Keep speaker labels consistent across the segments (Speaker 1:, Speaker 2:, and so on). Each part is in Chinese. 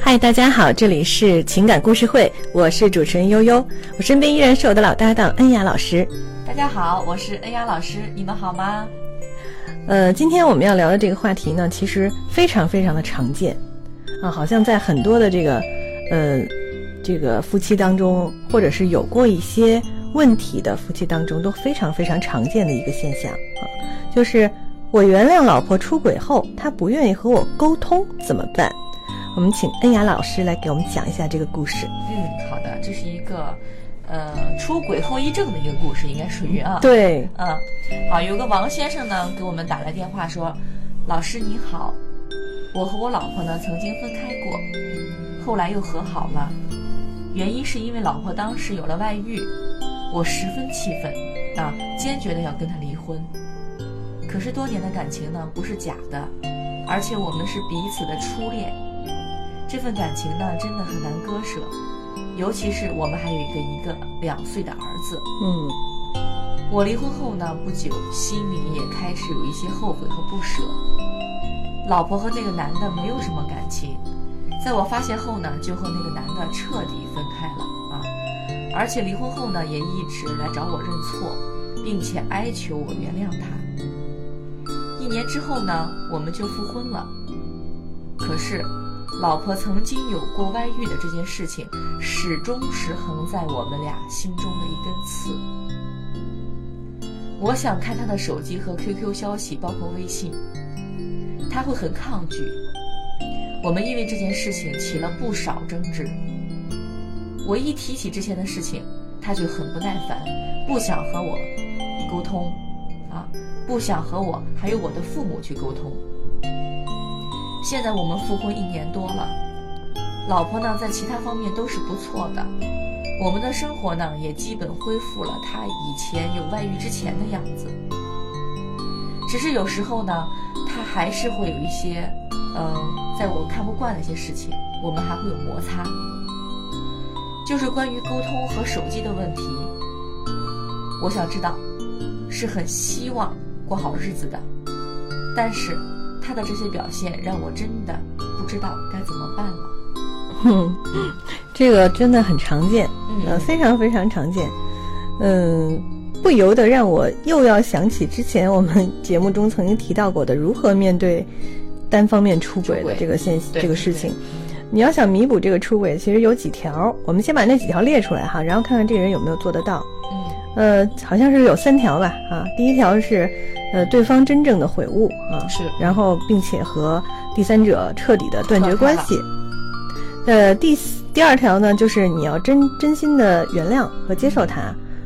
Speaker 1: 嗨，大家好，这里是情感故事会，我是主持人悠悠，我身边依然是我的老搭档恩雅老师。
Speaker 2: 大家好，我是恩雅老师，你们好吗？
Speaker 1: 呃，今天我们要聊的这个话题呢，其实非常非常的常见啊，好像在很多的这个呃这个夫妻当中，或者是有过一些问题的夫妻当中，都非常非常常见的一个现象啊，就是我原谅老婆出轨后，她不愿意和我沟通，怎么办？我们请恩雅老师来给我们讲一下这个故事。啊
Speaker 2: 嗯，好的，这是一个呃出轨后遗症的一个故事，应该属于啊。
Speaker 1: 对，
Speaker 2: 嗯，好，有个王先生呢给我们打来电话说：“老师你好，我和我老婆呢曾经分开过，后来又和好了，原因是因为老婆当时有了外遇，我十分气愤啊，坚决的要跟她离婚。可是多年的感情呢不是假的，而且我们是彼此的初恋，这份感情呢真的很难割舍，尤其是我们还有一个一个两岁的儿子。”
Speaker 1: 嗯
Speaker 2: 我离婚后呢，不久心里也开始有一些后悔和不舍。老婆和那个男的没有什么感情，在我发现后呢，就和那个男的彻底分开了啊！而且离婚后呢，也一直来找我认错，并且哀求我原谅他。一年之后呢，我们就复婚了。可是，老婆曾经有过外遇的这件事情，始终是横在我们俩心中的一根刺。我想看他的手机和 QQ 消息，包括微信，他会很抗拒。我们因为这件事情起了不少争执。我一提起之前的事情，他就很不耐烦，不想和我沟通，啊，不想和我还有我的父母去沟通。现在我们复婚一年多了，老婆呢在其他方面都是不错的，我们的生活呢，也基本恢复了他以前有外遇之前的样子。只是有时候呢，他还是会有一些，嗯、在我看不惯的一些事情，我们还会有摩擦。就是关于沟通和手机的问题，我想知道，是很希望过好日子的，但是他的这些表现让我真的不知道该怎么办了。
Speaker 1: 哼，这个真的很常见，呃，
Speaker 2: 嗯
Speaker 1: 非常非常常见，嗯，不由得让我又要想起之前我们节目中曾经提到过的如何面对单方面出轨
Speaker 2: 出
Speaker 1: 的
Speaker 2: 轨
Speaker 1: 这个现
Speaker 2: 嗯对
Speaker 1: 这个
Speaker 2: 对
Speaker 1: 事情。你要想弥补这个出轨，其实有几条，我们先把那几条列出来哈，然后看看这个人有没有做得到。
Speaker 2: 嗯
Speaker 1: 呃，好像是有三条吧，啊，第一条是，呃，对方真正的悔悟啊，
Speaker 2: 是
Speaker 1: 然后并且和第三者彻底的断绝关系。呃，第四第二条呢，就是你要真真心的原谅和接受他，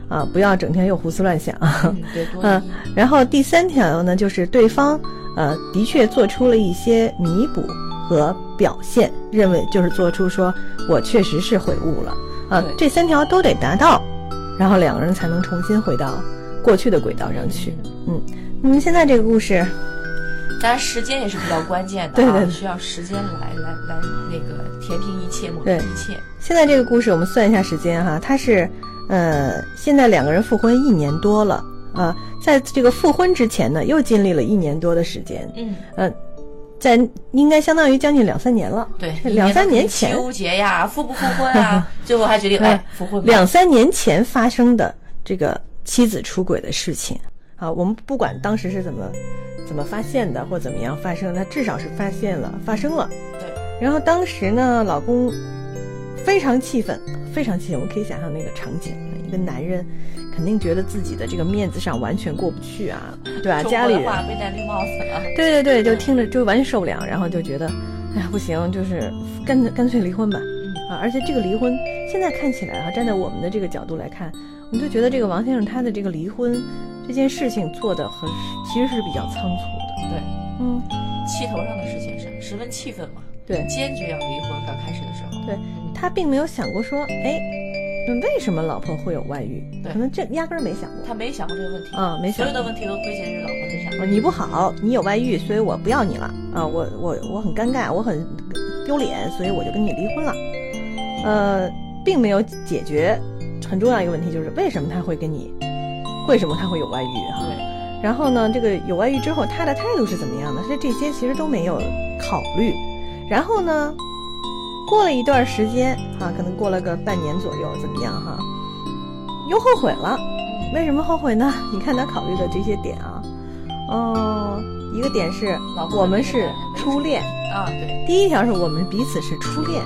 Speaker 1: 啊，不要整天又胡思乱想。
Speaker 2: 嗯，对，多
Speaker 1: 嗯
Speaker 2: 一
Speaker 1: 然后第三条呢，就是对方呃的确做出了一些弥补和表现，认为就是做出说我确实是悔悟了啊
Speaker 2: 对，
Speaker 1: 这三条都得达到，然后两个人才能重新回到过去的轨道上去。嗯，那么现在这个故事，
Speaker 2: 当然，时间也是比较关键的、啊，
Speaker 1: 对对对
Speaker 2: 需要时间来来来那个填平一切，抹平
Speaker 1: 对
Speaker 2: 一切。
Speaker 1: 现在这个故事我们算一下时间哈，它是呃现在两个人复婚一年多了啊，在这个复婚之前呢，又经历了一年多的时间，
Speaker 2: 嗯，
Speaker 1: 呃，在应该相当于将近两三年了。
Speaker 2: 对，
Speaker 1: 两三年前嗯
Speaker 2: 纠结呀，复不复婚 啊，最后还决定哎复婚吧。
Speaker 1: 两三年前发生的这个妻子出轨的事情啊，我们不管当时是怎么怎么发现的，或怎么样发生的，它至少是发现了，发生了。
Speaker 2: 对，
Speaker 1: 然后当时呢，老公非常气愤，非常气愤，我们可以想象那个场景，一个男人肯定觉得自己的这个面子上完全过不去啊，对吧、
Speaker 2: 中国
Speaker 1: 家里
Speaker 2: 的
Speaker 1: 人
Speaker 2: 话被戴绿帽子了。啊
Speaker 1: 对对对，就听着就完全受不了，然后就觉得，哎呀不行，就是干干脆离婚吧，
Speaker 2: 嗯
Speaker 1: 啊！而且这个离婚现在看起来啊，站在我们的这个角度来看，我们就觉得这个王先生他的这个离婚这件事情做的很，其实是比较仓促的，
Speaker 2: 对，
Speaker 1: 嗯，
Speaker 2: 气头上的事情上十分气愤嘛，
Speaker 1: 对
Speaker 2: 坚决要离婚。刚开始的时候，
Speaker 1: 对
Speaker 2: 嗯
Speaker 1: 他并没有想过说，哎，那为什么老婆会有外遇？
Speaker 2: 对
Speaker 1: 可能这压根儿没想过
Speaker 2: 他没想过这个问题，
Speaker 1: 啊，没
Speaker 2: 所
Speaker 1: 想过。
Speaker 2: 有的问题都归结于老婆身上。
Speaker 1: 啊，你不好，你有外遇，所以我不要你了啊！我我我很尴尬，我很丢脸，所以我就跟你离婚了。呃，并没有解决很重要一个问题，就是为什么他会跟你，为什么他会有外遇啊？
Speaker 2: 对，
Speaker 1: 然后呢，这个有外遇之后，他的态度是怎么样的？所以这些其实都没有考虑。然后呢，过了一段时间哈、可能过了个半年左右，怎么样哈、又后悔了。
Speaker 2: 嗯，
Speaker 1: 为什么后悔呢？你看他考虑的这些点啊，哦，一个点是
Speaker 2: 老婆
Speaker 1: 我们是初恋，
Speaker 2: 啊，对，
Speaker 1: 第一条是我们彼此是初恋。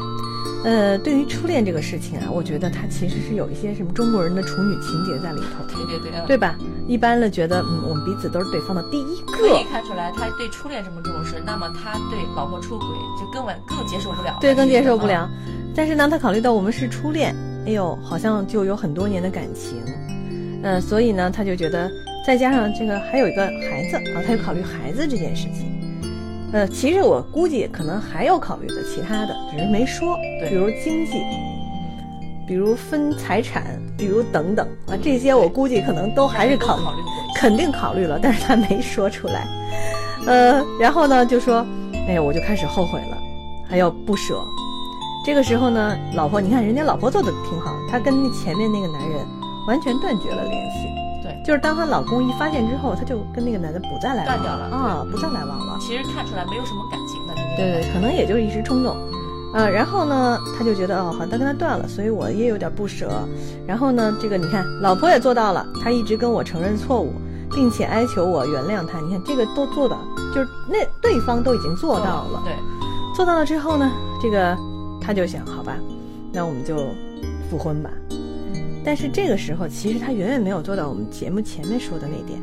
Speaker 1: 呃，对于初恋这个事情啊，我觉得它其实是有一些什么中国人的处女情节在里头，
Speaker 2: 对对对，嗯
Speaker 1: 对吧？一般的觉得，嗯，我们彼此都是对方的第一
Speaker 2: 可
Speaker 1: 个
Speaker 2: 以，看出来，他对初恋这么重视，那么他对老婆出轨就更完更接受不了，
Speaker 1: 对，更接受不。了。但是呢，他考虑到我们是初恋，哎呦，好像就有很多年的感情，呃，所以呢，他就觉得，再加上这个还有一个孩子啊，他就考虑孩子这件事情。呃，其实我估计可能还有考虑的其他的，只是没说，
Speaker 2: 对
Speaker 1: 比如经济，
Speaker 2: 嗯
Speaker 1: 比如分财产，比如等等啊，这些我估计可能都还是
Speaker 2: 都
Speaker 1: 考虑
Speaker 2: 考虑过，
Speaker 1: 肯定考虑了，但是他没说出来。呃，然后呢，就说，哎呀，我就开始后悔了，还有不舍。这个时候呢，老婆，你看人家老婆做的挺好，她跟那前面那个男人完全断绝了联系。
Speaker 2: 对
Speaker 1: 就是当她老公一发现之后，她就跟那个男的不再来往
Speaker 2: 断掉了
Speaker 1: 啊，不再来往了。
Speaker 2: 其实看出来没有什么感情的，对
Speaker 1: 对对，可能也就是一时冲动。呃，然后呢，他就觉得哦，好像他跟他断了，所以我也有点不舍。然后呢，这个你看，老婆也做到了，他一直跟我承认错误，并且哀求我原谅他。你看，这个都做到，就是那对方都已经做到了。
Speaker 2: 对，
Speaker 1: 做到了之后呢，这个他就想，好吧，那我们就复婚吧。但是这个时候，其实他远远没有做到我们节目前面说的那点，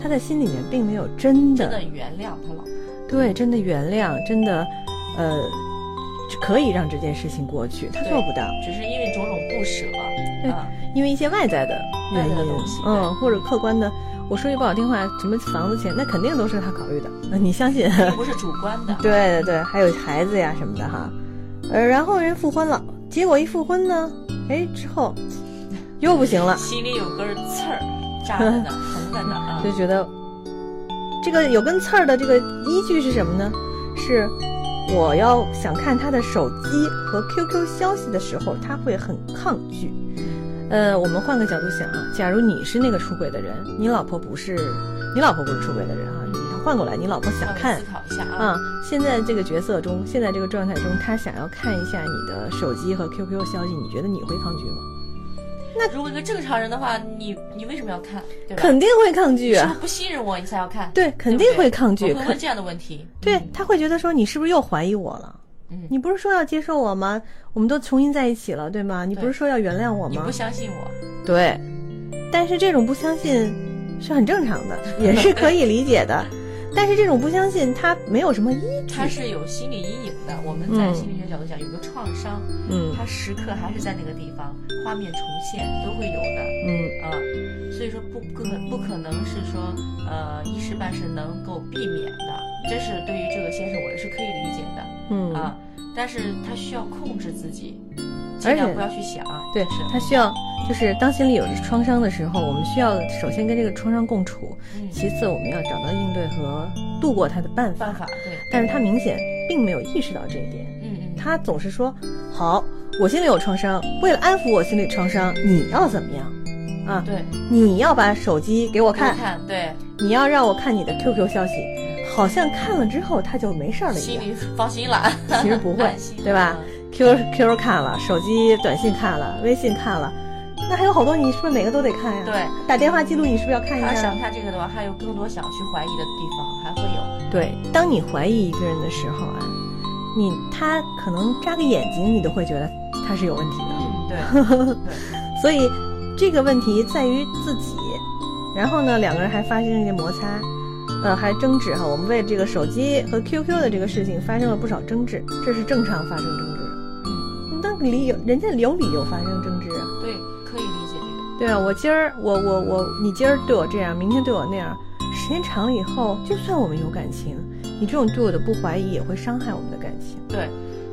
Speaker 1: 他在心里面并没有真的
Speaker 2: 真的原谅他老婆，嗯
Speaker 1: 对，真的原谅，真的，呃，可以让这件事情过去，他
Speaker 2: 对
Speaker 1: 做不到，
Speaker 2: 只是因为种种不舍
Speaker 1: 对
Speaker 2: 啊，
Speaker 1: 因为一些外在的原因
Speaker 2: 外在的东西，
Speaker 1: 嗯，或者客观的，我说句不好听话，什么房子钱，那肯定都是他考虑的， 那你相信？
Speaker 2: 并不是主观的。
Speaker 1: 对对对，还有孩子呀什么的哈，呃，然后人复婚了，结果一复婚呢，哎，之后又不行了，
Speaker 2: 心里有根刺儿扎在那儿， 疼在那儿啊
Speaker 1: 就。觉得这个有根刺儿的这个依据是什么呢？是我要想看他的手机和 QQ 消息的时候，他会很抗拒。呃，我们换个角度想啊，假如你是那个出轨的人，你老婆不是，你老婆不是出轨的人啊，你换过来，你老婆想
Speaker 2: 让
Speaker 1: 看
Speaker 2: 你思考一下啊，
Speaker 1: 啊，现在这个角色中，现在这个状态中，他想要看一下你的手机和 QQ 消息，你觉得你会抗拒吗？
Speaker 2: 如果一个正常人的话，你你为什么要看？对吧？
Speaker 1: 肯定会抗拒
Speaker 2: 是不
Speaker 1: 啊，
Speaker 2: 是不信任我，你才要看？
Speaker 1: 对，肯定会抗拒，
Speaker 2: 我会
Speaker 1: 肯
Speaker 2: 问这样的问题。
Speaker 1: 对他会觉得说你是不是又怀疑我了？
Speaker 2: 嗯
Speaker 1: 你不是说要接受我吗？我们都重新在一起了，对吗？你不是说要原谅我
Speaker 2: 你
Speaker 1: 吗
Speaker 2: 不？相信我，
Speaker 1: 对，但是这种不相信是很正常的，也是可以理解的。但是这种不相信，他没有什么依据
Speaker 2: 他。是有心理阴影的。我们在
Speaker 1: 嗯
Speaker 2: 心理学角度讲，有个创伤，
Speaker 1: 嗯
Speaker 2: 他时刻还是在那个地方，画面重现都会有的
Speaker 1: 嗯，
Speaker 2: 啊。所以说不不可不可能是说呃一时半时能够避免的，这是对于这个先生我也是可以理解的。
Speaker 1: 嗯
Speaker 2: 啊，但是他需要控制自己，尽
Speaker 1: 而
Speaker 2: 量
Speaker 1: 且
Speaker 2: 不要去想。
Speaker 1: 对
Speaker 2: 是，
Speaker 1: 他需要就是当心里有创伤的时候，我们需要首先跟这个创伤共处，
Speaker 2: 嗯，
Speaker 1: 其次我们要找到应对和度过它的办法。
Speaker 2: 办法对，
Speaker 1: 但是他明显并没有意识到这一点。
Speaker 2: 嗯嗯，
Speaker 1: 他总是说：“好，我心里有创伤，为了安抚我心里创伤，你要怎么样？啊，
Speaker 2: 对，
Speaker 1: 你要把手机给我看，
Speaker 2: 看对，
Speaker 1: 你要让我看你的 QQ 消息。”好像看了之后他就没事儿了一
Speaker 2: 心
Speaker 1: 样。
Speaker 2: 里放心了，
Speaker 1: 其实 不会
Speaker 2: 安心了嗯
Speaker 1: 对吧？Q Q 看了，手机短信看了，微信看了，那还有好多，你是不是每个都得看呀？
Speaker 2: 嗯，对。
Speaker 1: 打电话记录你是不是要看
Speaker 2: 他
Speaker 1: 一下
Speaker 2: 想
Speaker 1: 啊？
Speaker 2: 看这个的话，还有更多想去怀疑的地方，还会有。
Speaker 1: 对，当你怀疑一个人的时候啊，你他可能眨个眼睛，你都会觉得他是有问题的。
Speaker 2: 嗯，对，
Speaker 1: 所以这个问题在于自己。然后呢，两个人还发生一些摩擦，呃，还争执哈。我们为这个手机和 QQ 的这个事情发生了不少争执，这是正常发生争执。
Speaker 2: 嗯，
Speaker 1: 那理由，人家有理由发生争执啊。
Speaker 2: 对，可以理解这
Speaker 1: 对啊，我今儿我我我，你今儿对我这样，明天对我那样，时间长了以后，就算我们有感情，你这种对我的不怀疑也会伤害我们的感情。
Speaker 2: 个。对，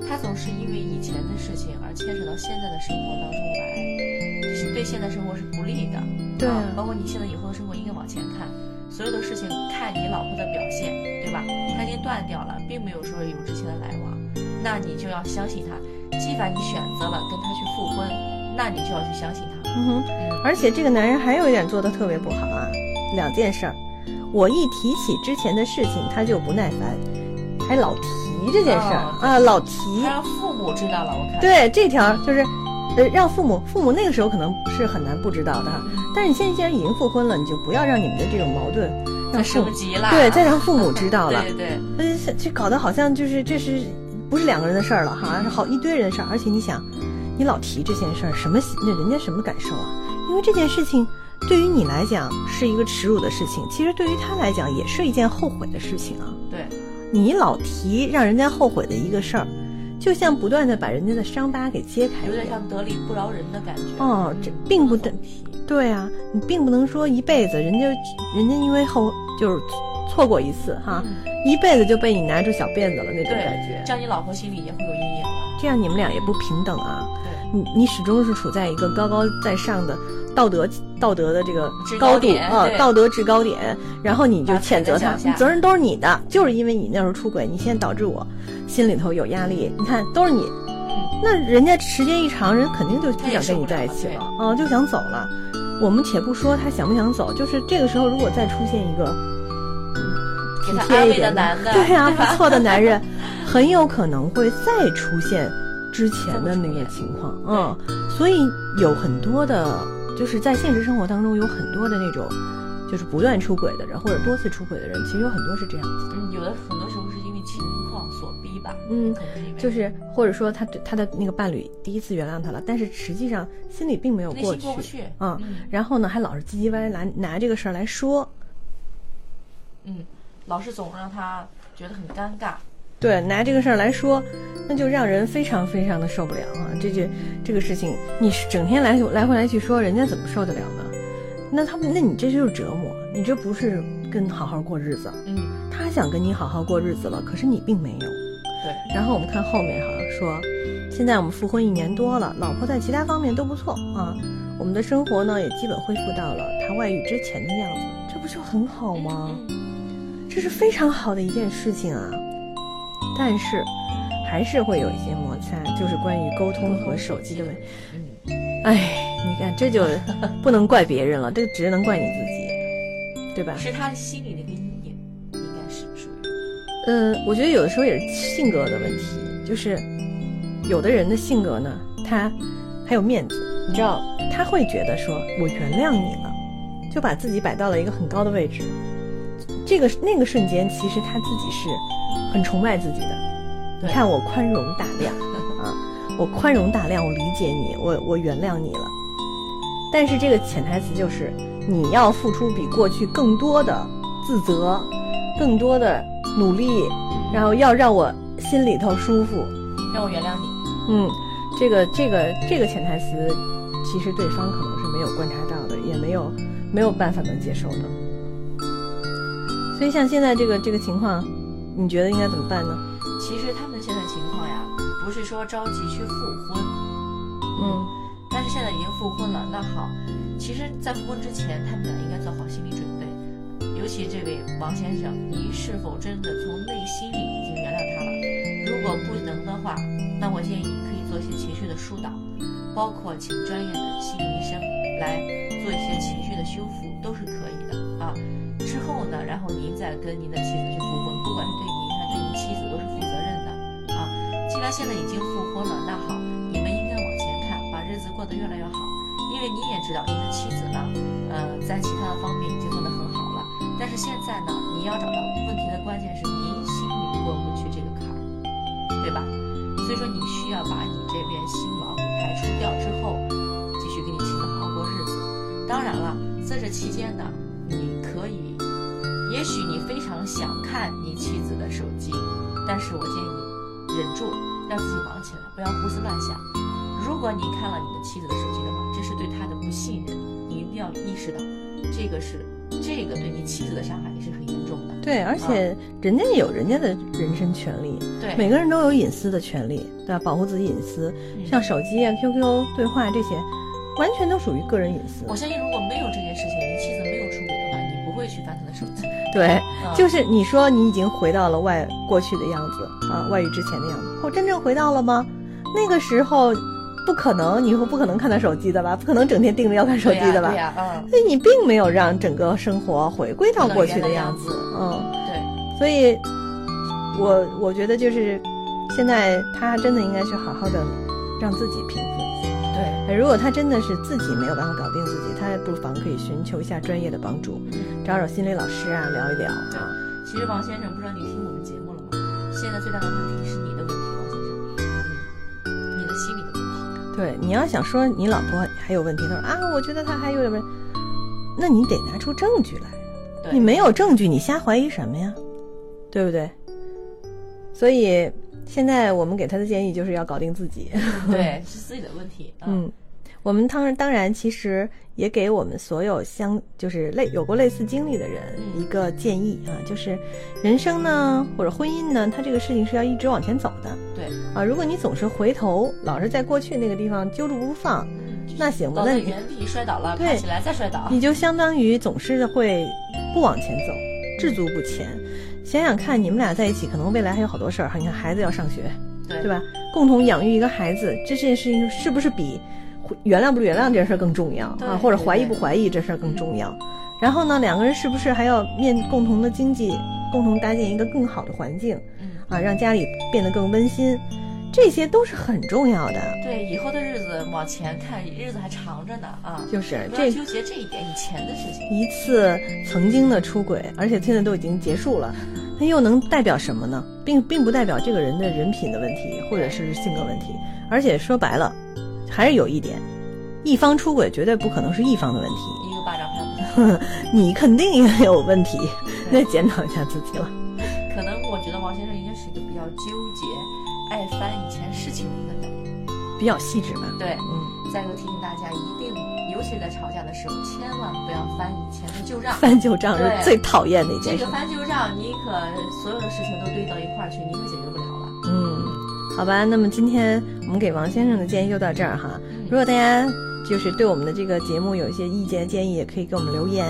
Speaker 2: 他总是因为以前的事情而牵扯到现在的生活当中来，对现在生活是不利的。
Speaker 1: 对啊
Speaker 2: 包括你现在以后的生活应该往前看，所有的事情看你老婆的表现，对吧？她已经断掉了，并没有说有之前的来往，那你就要相信她。既然你选择了跟她去复婚，那你就要去相信她。
Speaker 1: 嗯哼。
Speaker 2: 嗯，
Speaker 1: 而且这个男人还有一点做的特别不好啊，两件事儿。我一提起之前的事情，他就不耐烦，还老提。这件事儿、
Speaker 2: 哦
Speaker 1: 啊，老提
Speaker 2: 他。让父母知道了，我看，
Speaker 1: 对，这条就是，呃，让父母，父母那个时候可能是很难不知道的，但是你现在既然已经复婚了，你就不要让你们的这种矛盾
Speaker 2: 再
Speaker 1: 让父母
Speaker 2: 升级了，啊
Speaker 1: 对，再让父母知道了，
Speaker 2: 对对
Speaker 1: 呃，这搞得好像就是这是不是两个人的事儿了哈，是好一堆人的事儿，而且你想，你老提这件事儿，什么心那人家什么感受啊？因为这件事情对于你来讲是一个耻辱的事情，其实对于他来讲也是一件后悔的事情啊。
Speaker 2: 对，
Speaker 1: 你老提让人家后悔的一个事儿，就像不断的把人家的伤疤给揭开
Speaker 2: 有点
Speaker 1: 一样。
Speaker 2: 像得理不饶人的感觉。嗯
Speaker 1: 哦，这并不
Speaker 2: 得
Speaker 1: 等对啊，你并不能说一辈子，人家人家因为后就是错过一次哈，一辈子就被你拿住小辫子了那种
Speaker 2: 嗯对
Speaker 1: 感觉，
Speaker 2: 这。样你老婆心里也会有阴影了。
Speaker 1: 这样你们俩也不平等啊！
Speaker 2: 对，
Speaker 1: 你你始终是处在一个高高在上的道德道德的这个
Speaker 2: 制
Speaker 1: 高
Speaker 2: 高
Speaker 1: 度
Speaker 2: 点
Speaker 1: 啊，
Speaker 2: 对
Speaker 1: 道德制高点，然后你就谴责他
Speaker 2: 把别人想，下
Speaker 1: 责任都是你的，就是因为你那时候出轨，你现在导致我心里头有压力。你看，都是你，
Speaker 2: 嗯，
Speaker 1: 那人家时间一长，人肯定就不
Speaker 2: 他也
Speaker 1: 想
Speaker 2: 受
Speaker 1: 跟
Speaker 2: 不
Speaker 1: 你
Speaker 2: 了
Speaker 1: 在一
Speaker 2: 了
Speaker 1: 起
Speaker 2: 对
Speaker 1: 了，哦，就想走了。我们且不说他想不想走，就是这个时候，如果再出现一个
Speaker 2: 给
Speaker 1: 体
Speaker 2: 他
Speaker 1: 贴
Speaker 2: 安
Speaker 1: 一
Speaker 2: 慰的
Speaker 1: 点
Speaker 2: 男的，
Speaker 1: 对啊，
Speaker 2: 对吧
Speaker 1: 不错的男 人，很有可能会再出现之前的那个情况。嗯，所以有很多的，就是在现实生活当中有很多的那种，就是不断出轨的人或者多次出轨的人，其实有很多是这样子的。
Speaker 2: 嗯，有的很多时候是因为情况所逼吧，
Speaker 1: 嗯
Speaker 2: 可能是因为
Speaker 1: 就是，或者说他对他的那个伴侣第一次原谅他了，但是实际上心里并没有
Speaker 2: 内
Speaker 1: 过
Speaker 2: 心
Speaker 1: 去，
Speaker 2: 过不去，
Speaker 1: 嗯，
Speaker 2: 嗯
Speaker 1: 然后呢还老是唧唧歪歪拿拿这个事儿来说，
Speaker 2: 嗯，老是总让他觉得很尴尬，
Speaker 1: 对，拿这个事儿来说，那就让人非常非常的受不了啊！这这这个事情，你是整天来来回来去说，人家怎么受得了呢？那他们，那你这就是折磨，你这不是跟好好过日子。
Speaker 2: 嗯，
Speaker 1: 他想跟你好好过日子了，可是你并没有。
Speaker 2: 对，
Speaker 1: 然后我们看后面好像说，现在我们复婚一年多了，老婆在其他方面都不错啊，我们的生活呢也基本恢复到了他外遇之前的样子，这不就很好吗？
Speaker 2: 嗯
Speaker 1: 这是非常好的一件事情啊。但是，还是会有一些摩擦，就是关于沟通和手机的问题。
Speaker 2: 嗯，
Speaker 1: 哎，你看，这就不能怪别人了，这只能怪你自己，对吧？
Speaker 2: 是他心里的一个阴影，应该是属于，
Speaker 1: 嗯，我觉得有的时候也是性格的问题，就是有的人的性格呢，他还有面子，你知道，他会觉得说我原谅你了，就把自己摆到了一个很高的位置。这个那个瞬间，其实他自己是很崇拜自己的。你
Speaker 2: 对
Speaker 1: 看我宽容大量啊，我宽容大量，我理解你，我我原谅你了。但是这个潜台词就是你要付出比过去更多的自责，更多的努力，然后要让我心里头舒服。
Speaker 2: 让我原谅你，
Speaker 1: 嗯，这个这个这个潜台词，其实对方可能是没有观察到的，也没有没有办法能接受的。所以像现在这个这个情况，你觉得应该怎么办呢？
Speaker 2: 其实他们现在情况呀，不是说着急去复婚，
Speaker 1: 嗯，
Speaker 2: 但是现在已经复婚了，那好，其实，在复婚之前，他们俩应该做好心理准备。尤其这位王先生，您是否真的从内心里已经原谅他了？如果不能的话，那我建议你可以做一些情绪的疏导，包括请专业的心理医生来做一些情绪的修复，都是可以的啊。之后呢，然后您再跟您的妻子去复婚，不管是对您还是对您妻子，都是负责任的。啊，既然现在已经复婚了，那好，你们应该往前看，把日子过得越来越好。因为你也知道，你的妻子呢，呃，在其他的方面已经做得很好了，但是现在呢，你要找到问题的关键是您心里过不去这个坎儿，对吧？所以说你需要把你这边心毛给排除掉之后，继续跟你妻子好好过日子。当然了，在这期间呢，你可以，也许你非常想看你妻子的手机，但是我建议你忍住，让自己忙起来，不要胡思乱想。如果你看了你的妻子的手机的话，这是对她的不信任，你一定要意识到，这个是这个对你妻子的伤害也是很严重的。
Speaker 1: 对，而且人家也有人家的人身权利，
Speaker 2: 对，
Speaker 1: 每个人都有隐私的权利，对吧？保护自己隐私，
Speaker 2: 嗯
Speaker 1: 像手机啊、QQ 对话这些，完全都属于个人隐私。
Speaker 2: 我相信，如果没有这件事情，你妻子没有出轨的话，你不会去翻她的手机。
Speaker 1: 对，
Speaker 2: 嗯
Speaker 1: 就是你说你已经回到了外过去的样子啊，外遇之前的样子，我真正回到了吗？那个时候不可能，你以后不可能看他手机的吧？不可能整天盯着要看手机的吧
Speaker 2: 对？呀、对呀嗯，
Speaker 1: 所以你并没有让整个生活回归到过去的样子，
Speaker 2: 子，
Speaker 1: 嗯，
Speaker 2: 对，
Speaker 1: 所以我我觉得就是现在他真的应该去好好的让自己平复一下。
Speaker 2: 对，
Speaker 1: 呃如果他真的是自己没有办法搞定自己，他不妨可以寻求一下专业的帮助，找找心理老师啊，聊一聊啊。
Speaker 2: 其实王先生，不知道你听我们节目了吗？现在最大的问题是你的问题，王先生，嗯，你的心理的问 题。
Speaker 1: 对，你要想说你老婆还有问题，她说啊，我觉得她还有点问题，那你得拿出证据来。
Speaker 2: 对，
Speaker 1: 你没有证据，你瞎怀疑什么呀？对不对？所以现在我们给他的建议就是要搞定自己。
Speaker 2: 对是自己的问题。嗯，
Speaker 1: 嗯，我们当然当然，其实也给我们所有相就是类有过类似经历的人
Speaker 2: 嗯
Speaker 1: 一个建议啊，就是人生呢或者婚姻呢，它这个事情是要一直往前走的
Speaker 2: 对，
Speaker 1: 啊。如果你总是回头，老是在过去那个地方揪住不放，
Speaker 2: 嗯
Speaker 1: 那行吧
Speaker 2: 倒，
Speaker 1: 那
Speaker 2: 在
Speaker 1: 你
Speaker 2: 原地摔倒了，
Speaker 1: 对嗯
Speaker 2: 爬起来再摔倒。
Speaker 1: 你就相当于总是会不往前走，驻足不前。想想看，你们俩在一起，可能未来还有好多事儿。你看，孩子要上学，
Speaker 2: 对
Speaker 1: 对？吧？共同养育一个孩子，这件事情是不是比原谅不原谅这件事儿更重要
Speaker 2: 对
Speaker 1: 啊？或者
Speaker 2: 对
Speaker 1: 怀疑
Speaker 2: 对
Speaker 1: 不怀疑这事儿更重要？然后呢，两个人是不是还要面共同的经济，共同搭建一个更好的环境
Speaker 2: 嗯，
Speaker 1: 啊，让家里变得更温馨？啊这些都是很重要的，
Speaker 2: 对，以后的日子往前看，日子还长着呢啊。
Speaker 1: 就是
Speaker 2: 不要
Speaker 1: 这
Speaker 2: 纠结这一点，以前的事情。
Speaker 1: 一次曾经的出轨，而且现在都已经结束了，它又能代表什么呢？并并不代表这个人的人品的问题，或者是性格问题。而且说白了，还是有一点，一方出轨绝对不可能是一方的问题，
Speaker 2: 一个巴掌拍不响。
Speaker 1: 你肯定也有问题，那
Speaker 2: 对
Speaker 1: 检讨一下自己了。
Speaker 2: 可能我觉得王先生应该是一个比较纠结、爱翻以前事情的一个人。
Speaker 1: 比较细致吧。
Speaker 2: 对，
Speaker 1: 嗯，
Speaker 2: 再一个提醒大家，一定，尤其是在吵架的时候，千万不要翻以前的旧账。
Speaker 1: 翻旧账是
Speaker 2: 对
Speaker 1: 最讨厌的一
Speaker 2: 这
Speaker 1: 件事
Speaker 2: 个。翻旧账，你可所有的事情都堆到一块儿去，你可解决不了了。
Speaker 1: 嗯，好吧，那么今天我们给王先生的建议就到这儿哈。如果大家就是对我们的这个节目有一些意见建议，也可以给我们留言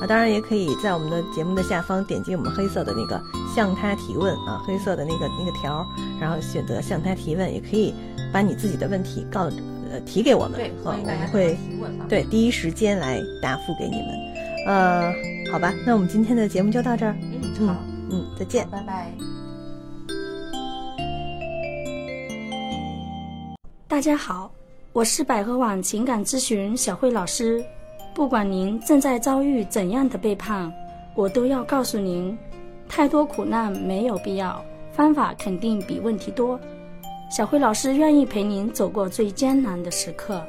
Speaker 1: 啊，当然也可以在我们的节目的下方点击我们黑色的那个“向他提问”啊，黑色的那个那个条儿，然后选择向他提问，也可以把你自己的问题告呃提给我们，
Speaker 2: 嗯对，
Speaker 1: 啊
Speaker 2: 欢，迎
Speaker 1: 我
Speaker 2: 大家
Speaker 1: 们
Speaker 2: 多
Speaker 1: 会
Speaker 2: 提问啊。
Speaker 1: 对第一时间来答复给你们。呃，好吧，那我们今天的节目就到这儿，
Speaker 2: 嗯，
Speaker 1: 嗯
Speaker 2: 好，
Speaker 1: 嗯，再见。
Speaker 2: 拜拜。
Speaker 3: 大家好，我是百合网情感咨询小慧老师。不管您正在遭遇怎样的背叛，我都要告诉您，太多苦难没有必要，方法肯定比问题多。小慧老师愿意陪您走过最艰难的时刻。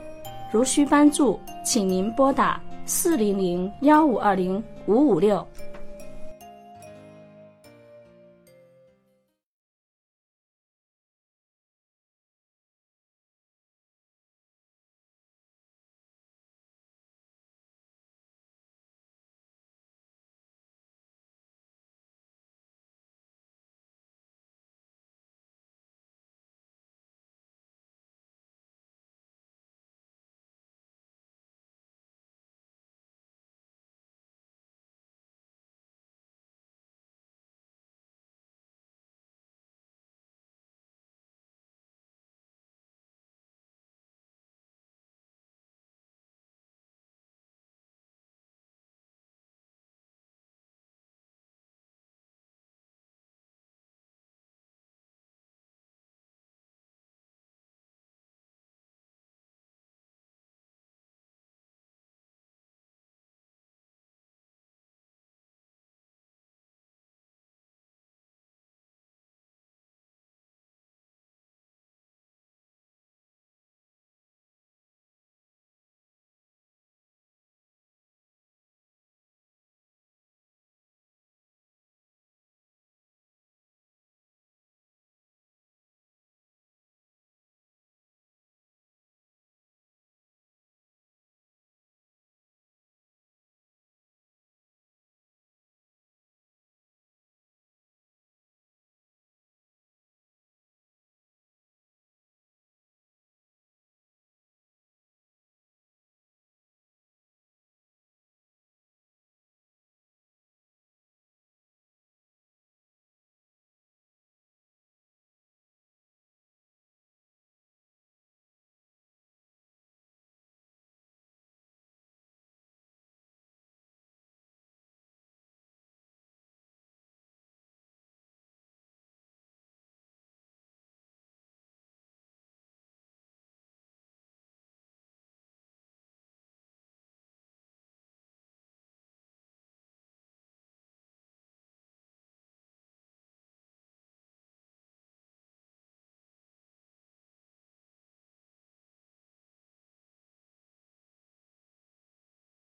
Speaker 3: 如需帮助，请您拨打四零零幺五二零五五六